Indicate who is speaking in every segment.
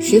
Speaker 1: 十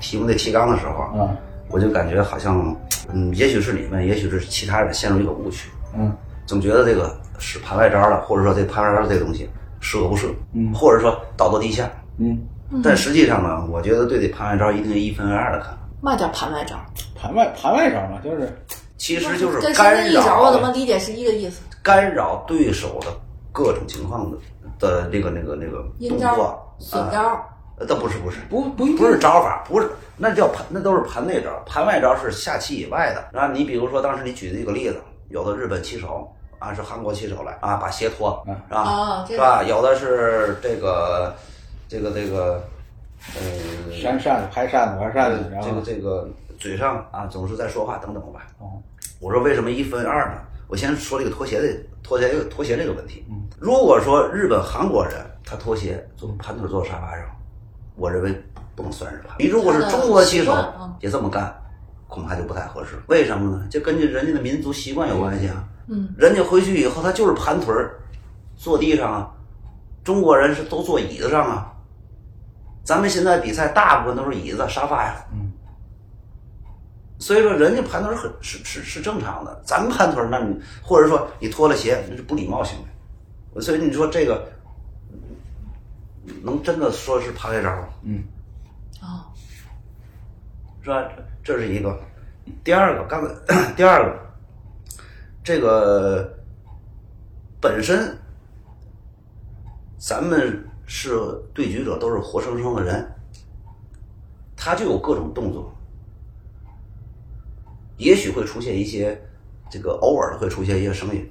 Speaker 2: 题目的提纲的时候，
Speaker 3: 啊，
Speaker 2: 我就感觉好像，嗯，也许是你们，也许是其他人陷入一个误区，
Speaker 3: 嗯
Speaker 2: 总觉得这个是盘外招了，或者说这盘外招这个东西是和不是，
Speaker 3: 嗯
Speaker 2: 或者说倒到地下。
Speaker 3: 嗯，
Speaker 2: 但实际上呢，我觉得对这盘外招一定一分为二的看，
Speaker 4: 嘛叫盘外招？
Speaker 3: 盘外盘外招嘛，就是
Speaker 2: 其实就是
Speaker 4: 跟深
Speaker 2: 干
Speaker 4: 圳一招，我怎么
Speaker 2: 扰
Speaker 4: 理解是一个意思？
Speaker 2: 干扰对手的各种情况的的那个那个那个
Speaker 4: 阴
Speaker 2: 动
Speaker 4: 招
Speaker 2: 作、，
Speaker 4: 损
Speaker 2: 啊
Speaker 4: 招，
Speaker 2: 呃，倒不是不是
Speaker 3: 不不一定
Speaker 2: 不是招法，不是那叫盘，那都是盘内招，盘外招是下棋以外的。然后你比如说当时你举的一个例子，有的日本棋手啊是韩国棋手来啊把鞋脱
Speaker 3: 嗯
Speaker 2: 是吧、
Speaker 4: 哦这
Speaker 2: 是
Speaker 4: 个
Speaker 2: 吧？有的是这个这个这个呃
Speaker 3: 扇扇子拍扇子玩扇子，然
Speaker 2: 这
Speaker 3: 后
Speaker 2: 个这个嘴上啊总是在说话等等吧。
Speaker 3: 哦
Speaker 2: 我说为什么一分二呢？我先说这个拖鞋的拖鞋拖鞋这个问题。
Speaker 3: 嗯
Speaker 2: 如果说日本韩国人他拖鞋坐盘腿坐沙发上，我认为不能算是盘。你如果是中国棋手
Speaker 4: 他的习惯嗯
Speaker 2: 也这么干，恐怕就不太合适。为什么呢？这根据人家的民族习惯有关系啊。
Speaker 4: 嗯，
Speaker 2: 人家回去以后他就是盘腿儿坐地上啊，中国人是都坐椅子上啊。咱们现在比赛大部分都是椅子沙发呀、
Speaker 3: 嗯
Speaker 2: 所以说人家盘腿儿很是是是正常的，咱们盘腿儿那你或者说你脱了鞋，那是不礼貌行为。所以你说这个嗯能真的说是盘外招吗？
Speaker 3: 嗯
Speaker 4: 哦，
Speaker 2: 是吧？这是一个。第二个，刚才 第二个，这个本身咱们是对局者，都是活生生的人，他就有各种动作，也许会出现一些这个偶尔会出现一些声音，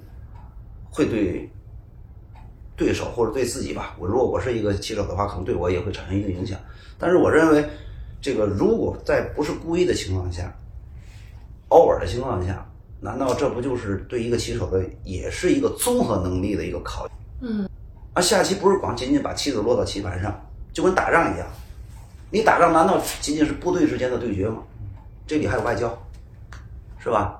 Speaker 2: 会对对手或者对自己吧。我如果我是一个棋手的话，可能对我也会产生一定影响。但是我认为，这个如果在不是故意的情况下，偶尔的情况下，难道这不就是对一个棋手的也是一个综合能力的一个考验？
Speaker 4: 嗯，
Speaker 2: 而下棋不是光仅仅把棋子落到棋盘上，就跟打仗一样，你打仗难道仅仅是部队之间的对决吗？这里还有外交，是吧？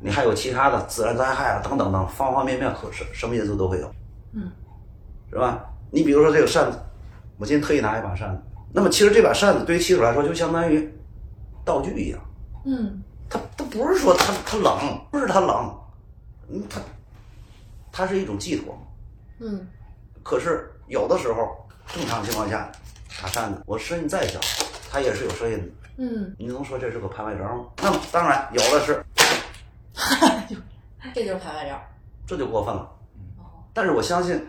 Speaker 2: 你还有其他的自然灾害啊，等等等，方方面面可什什么因素都会有。
Speaker 4: 嗯，
Speaker 2: 是吧？你比如说这个扇子，我今天特意拿一把扇子，那么其实这把扇子对于棋手来说就相当于道具一样，
Speaker 4: 嗯，
Speaker 2: 它它不是说它它冷，不是它冷，嗯，它它是一种寄托。
Speaker 4: 嗯，
Speaker 2: 可是有的时候，正常情况下打扇子，我声音再小，它也是有声音的。
Speaker 4: 嗯，
Speaker 2: 你能说这是个盘外招吗？那么当然有的是，
Speaker 4: 这就是盘外招。
Speaker 2: 这就过分了。
Speaker 4: 哦，
Speaker 2: 但是我相信，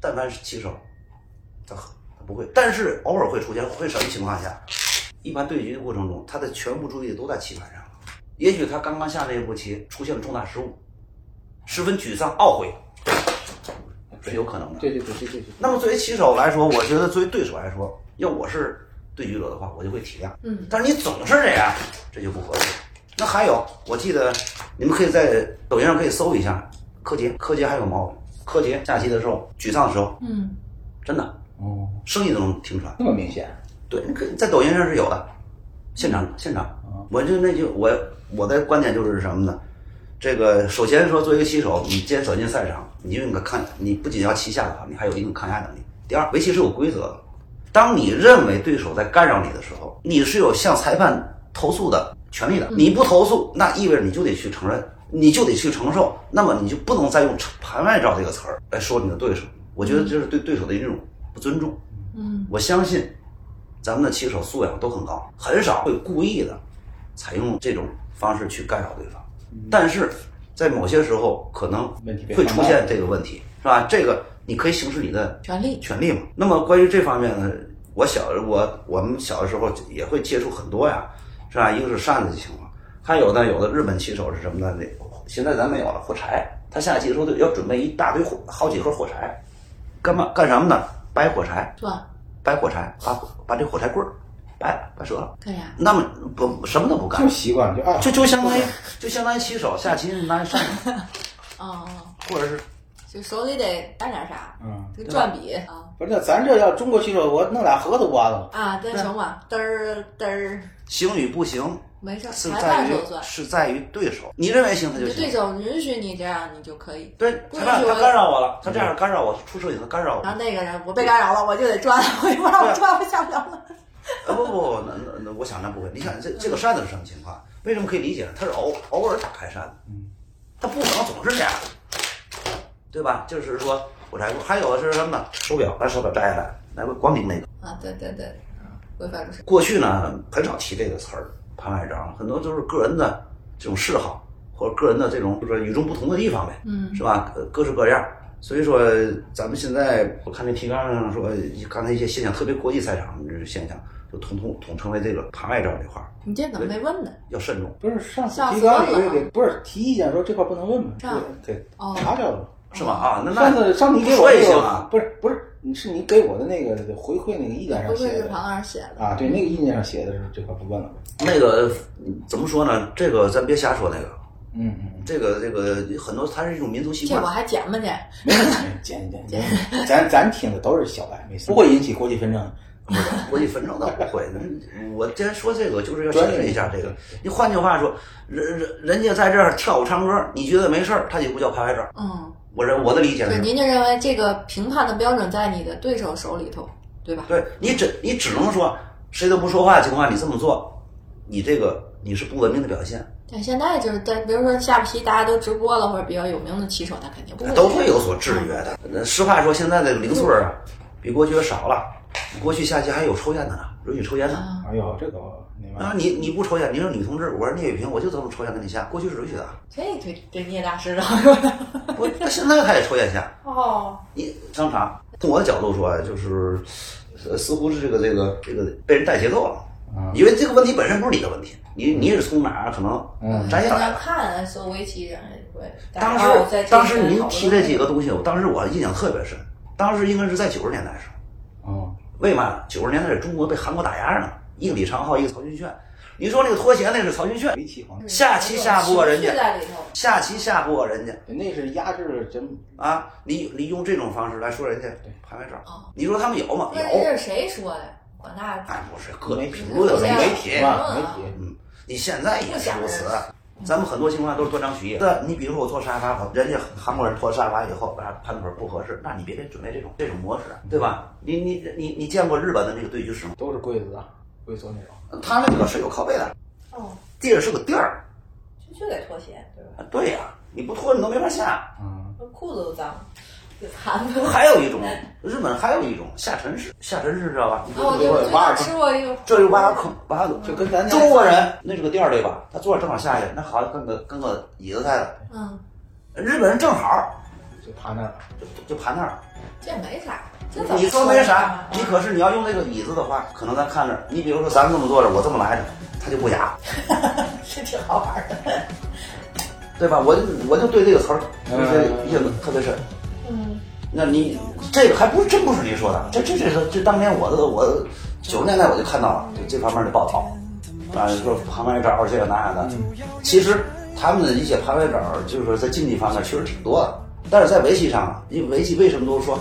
Speaker 2: 但凡是棋手，他很他不会，但是偶尔会出现，会什么情况下？一般对局的过程中，他的全部注意力都在棋盘上了。也许他刚刚下那一步棋出现了重大失误，十分沮丧、懊悔，是有可能的。
Speaker 3: 对对对对对对，
Speaker 2: 那么作为棋手来说，我觉得作为对手来说，要我是对局者的话，我就会体谅。
Speaker 4: 嗯
Speaker 2: 但是你总是这样，这就不合适。那还有，我记得你们可以在抖音上可以搜一下柯洁，柯洁还有毛病。柯洁下棋的时候，沮丧的时候，
Speaker 4: 嗯，
Speaker 2: 真的
Speaker 3: 哦，
Speaker 2: 声音都能听出来。
Speaker 3: 那么明显，
Speaker 2: 对，你可以在抖音上是有的，现场现场。我就那就我我的观点就是什么呢？这个首先说，作为一个棋手，你既然走进赛场，你就应该抗，你不仅要棋下的话，你还有一定的抗压能力。第二，围棋是有规则的，当你认为对手在干扰你的时候，你是有向裁判投诉的权利的。你不投诉，那意味着你就得去承认，你就得去承受。那么你就不能再用“盘外招”这个词儿来说你的对手。我觉得这是对对手的一种不尊重。
Speaker 4: 嗯，
Speaker 2: 我相信咱们的棋手素养都很高，很少会故意的采用这种方式去干扰对方。但是在某些时候，可能
Speaker 3: 嗯问题被
Speaker 2: 会
Speaker 3: 放
Speaker 2: 出
Speaker 3: 大
Speaker 2: 现这个问题，是吧？这个你可以行使你的
Speaker 4: 权利。
Speaker 2: 权利嘛。那么关于这方面呢，我小我我们小的时候也会接触很多呀，是吧？一个是扇子的情况，还有呢，有的日本棋手是什么呢？那现在咱没有了火柴，他下棋的时候就要准备一大堆火，好几盒火柴，干嘛干什么呢？掰火柴，
Speaker 4: 转，
Speaker 2: 掰火柴，把火把这火柴棍儿，掰了，掰折了。
Speaker 4: 干啥？
Speaker 2: 那么不什么都不干
Speaker 3: 就，习惯就爱好啊
Speaker 2: 就就相当于就相当于起手下棋，拿一扇子，
Speaker 4: 哦哦，
Speaker 2: 或者是
Speaker 4: 就手里得干点啥，
Speaker 3: 嗯，
Speaker 4: 这个转笔啊
Speaker 3: 不是，咱这要中国棋手，我弄俩核桃瓜子嘛，
Speaker 4: 啊，这行吧，嘚儿嘚儿，
Speaker 2: 行与不行
Speaker 4: 没事儿，
Speaker 2: 是
Speaker 4: 还
Speaker 2: 在
Speaker 4: 半
Speaker 2: 于
Speaker 4: 手算。
Speaker 2: 是在于对手，你认为行他
Speaker 4: 你
Speaker 2: 就
Speaker 4: 的对
Speaker 2: 行。
Speaker 4: 手允许你这样，你就可以。
Speaker 2: 对，
Speaker 4: 不啊
Speaker 2: 他
Speaker 4: 允
Speaker 2: 干
Speaker 4: 许
Speaker 2: 他
Speaker 4: 我
Speaker 2: 干扰我了，他这样干扰我，出摄影他干扰我
Speaker 4: 然。后那个人我被干扰了，我就得抓他，我也不让我抓，我下不了了。
Speaker 2: 呃不不不，那那那我想那不会。你看这这个扇子是什么情况？为什么可以理解呢？他是偶偶尔打开扇子，
Speaker 3: 嗯，
Speaker 2: 他不可能总是这样，对吧？就是说我摘过，还有的是什么呢？手表，把手表摘下来，来个光明那个。
Speaker 4: 啊，对对对，规范不是。
Speaker 2: 过去呢很少提这个词儿，盘外张，很多都是个人的这种嗜好或者个人的这种就是与众不同的地方呗，
Speaker 4: 嗯
Speaker 2: 是吧？呃各式各样。所以说，咱们现在我看那提纲上说，刚才一些现象，特别国际赛场这现象，就统统统称为这个盘外招这块儿
Speaker 4: 你这怎么没问呢？
Speaker 2: 要慎重，
Speaker 3: 不是上次
Speaker 4: 上
Speaker 3: 提
Speaker 4: 次
Speaker 3: 纲
Speaker 4: 问
Speaker 3: 里
Speaker 4: 了
Speaker 3: 给不是提意见说这块不能问嘛？
Speaker 4: 上
Speaker 3: 对，对
Speaker 4: 哦
Speaker 3: 查掉了。
Speaker 2: 是吧？啊，那
Speaker 3: 上
Speaker 2: 那
Speaker 3: 次上次你给我
Speaker 2: 说一
Speaker 3: 那
Speaker 2: 下
Speaker 3: 个
Speaker 2: 啊
Speaker 3: 不是不是，你是你给我的那个回馈那个意见
Speaker 4: 不
Speaker 3: 上
Speaker 4: 愧
Speaker 3: 写
Speaker 4: 是
Speaker 3: 的
Speaker 4: 庞老师写的。
Speaker 3: 啊，对，那个意见上写的是这块不问了。
Speaker 2: 那个嗯怎么说呢？这个咱别瞎说，那个
Speaker 3: 嗯嗯，
Speaker 2: 这个这个很多，它是一种民族习
Speaker 4: 这
Speaker 2: 惯
Speaker 4: 我。还捡吧捡。
Speaker 3: 没问题， 简简简，咱咱听的都是小白，没事，不会引起国际纷争。
Speaker 2: 不是国际纷争倒不会。嗯我既然说这个，就是要解释一下这个。你换句话说，人人人家在这儿跳舞唱歌，你觉得没事儿，他就不叫拍拍照。
Speaker 4: 嗯，
Speaker 2: 我认我的理解
Speaker 4: 对，
Speaker 2: 是，
Speaker 4: 您就认为这个评判的标准在你的对手手里头，对吧？
Speaker 2: 对你只你只能说谁都不说话的情况下，你这么做，你这个你是不文明的表现，
Speaker 4: 但现在就是在，比如说下棋大家都直播了，或者比较有名的棋手，他肯定不会
Speaker 2: 都会有所制约的。那实话说，现在的零碎儿啊，比过去少了。过去下棋还有抽烟的呢，允许抽烟的。
Speaker 4: 啊。
Speaker 3: 哎呦，这个你
Speaker 2: 啊，
Speaker 3: 们
Speaker 2: 你你不抽烟，你是女同志，我是聂雨萍，我就这么抽烟跟你下。过去是允许的，
Speaker 4: 这嗯对对聂大师了。
Speaker 2: 不，那现在他也抽烟下。
Speaker 4: 哦，
Speaker 2: 你商场，从我的角度说，啊就是呃似乎是这个这个这个被人带节奏了，
Speaker 3: 啊，
Speaker 2: 因为这个问题本身不是你的问题，你你也是从哪儿可能呃
Speaker 3: 嗯
Speaker 2: 摘
Speaker 4: 经
Speaker 2: 下来
Speaker 4: 常
Speaker 2: 的。
Speaker 4: 看说围棋人也会。
Speaker 2: 当时当时您提这几个东西，我当时我印象特别深。当时应该是在九十年代的时候，
Speaker 3: 哦，
Speaker 2: 为嘛呢？九十年代中国被韩国打压呢，一个李昌镐，一个曹军炫。你说那个拖鞋那是曹军炫，
Speaker 3: 围棋皇帝，
Speaker 2: 下棋下不过人家
Speaker 4: 情绪在里头。
Speaker 2: 下棋下不过人家
Speaker 3: 那是压制真
Speaker 2: 啊！你你用这种方式来说人家拍拍照
Speaker 4: 哦，
Speaker 2: 你说他们有吗？
Speaker 4: 那
Speaker 2: 有，
Speaker 4: 这是谁说的？广大
Speaker 2: 哎，不是个
Speaker 3: 媒
Speaker 2: 人
Speaker 3: 体
Speaker 2: 评论，
Speaker 4: 媒
Speaker 2: 媒
Speaker 4: 体
Speaker 2: 体
Speaker 3: 是吧？媒体
Speaker 2: 嗯你现在也是如此，咱们很多情况下都是断章取义。那你比如说我坐沙发，人家韩国人坐沙发以后，啊把盘腿不合适，那你别给准备这种这种模式，对吧？你你你你见过日本的那个对局室吗？
Speaker 3: 都是柜子啊，龟缩那种。
Speaker 2: 他那个是有靠背的，
Speaker 4: 哦，
Speaker 2: 地上是个垫儿。啊
Speaker 4: 就就得脱鞋，对吧？
Speaker 2: 对呀、你不脱你都没法下。
Speaker 3: 嗯，
Speaker 4: 裤子都脏， 就残的。
Speaker 2: 还有一种，日本还有一种下沉式，下沉式知道吧？你
Speaker 4: 哦，我
Speaker 2: 你
Speaker 4: 就我就吃过一个，
Speaker 2: 这就挖个坑，挖个
Speaker 3: 就跟咱
Speaker 2: 中国人那是个垫儿对吧？他坐着正好下去，那好像跟个跟个椅子似的。
Speaker 4: 嗯，
Speaker 2: 日本人正好
Speaker 3: 就趴那儿，
Speaker 2: 就就盘那儿了。
Speaker 4: 这没啥，这怎么
Speaker 2: 你说没啥，
Speaker 4: 说
Speaker 2: 你
Speaker 4: 呢
Speaker 2: 可是你要用那个椅子的话，可能咱看着，你比如说咱这么坐着，我这么来着，他就不 雅，
Speaker 4: 是挺好玩的。
Speaker 2: 对吧？我就我就对这个词儿就是
Speaker 3: 嗯
Speaker 2: 印象特别深。
Speaker 4: 嗯，
Speaker 2: 那你这个还不是真不是你说的，这这这这这当年我的我九十年代我就看到了就这方面的报道，啊，说盘外招这个那的，其实他们的一些盘外招就是说在竞技方面确实挺多的，但是在围棋上啊，因为围棋为什么都说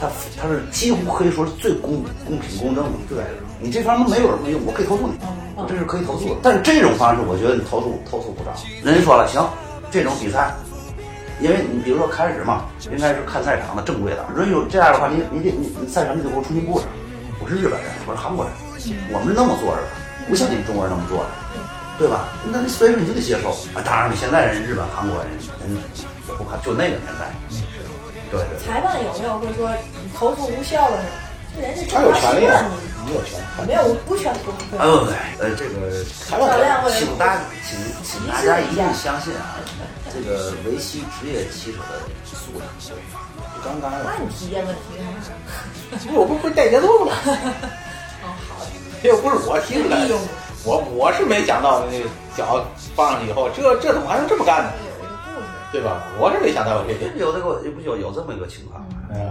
Speaker 2: 它它是几乎可以说是最公公平公正的，就在这儿你这方面没有没有，我可以投诉你，我这是可以投诉的，但是这种方式我觉得你投诉投诉不着，人家说了行，这种比赛因为你比如说开始嘛，应该是看赛场的正规的。如果有这样的话，你你得你你赛场你得给我重新布置。我是日本人，我是韩国人，我们是那么做着的，不像你们中国人那么做的，对吧？那你所以说你就得接受啊。当然了，现在人日本、韩国人人也不看，就那个年代，对对
Speaker 4: 裁判有没有会说你投诉无效了什么？这人是
Speaker 3: 他有权利啊，你有权利。
Speaker 4: 没有不全投
Speaker 2: 对。哎呦喂，呃，这个
Speaker 3: 裁判
Speaker 4: 教练会
Speaker 2: 请大请请大家一定相信啊，这个围棋职业棋手的素养。
Speaker 3: 刚刚
Speaker 4: 那
Speaker 3: 了，
Speaker 4: 你提这问题干啥？
Speaker 3: 我不是带节奏吗？
Speaker 4: 哦
Speaker 3: 这又不是我提出来的，我我是没想到那脚放上去以后，这这怎么还能这么干呢？
Speaker 4: 有一个故事，
Speaker 3: 对吧？我是没想到有这点。
Speaker 2: 有这个有不有有这么一个情况，啊
Speaker 3: 嗯，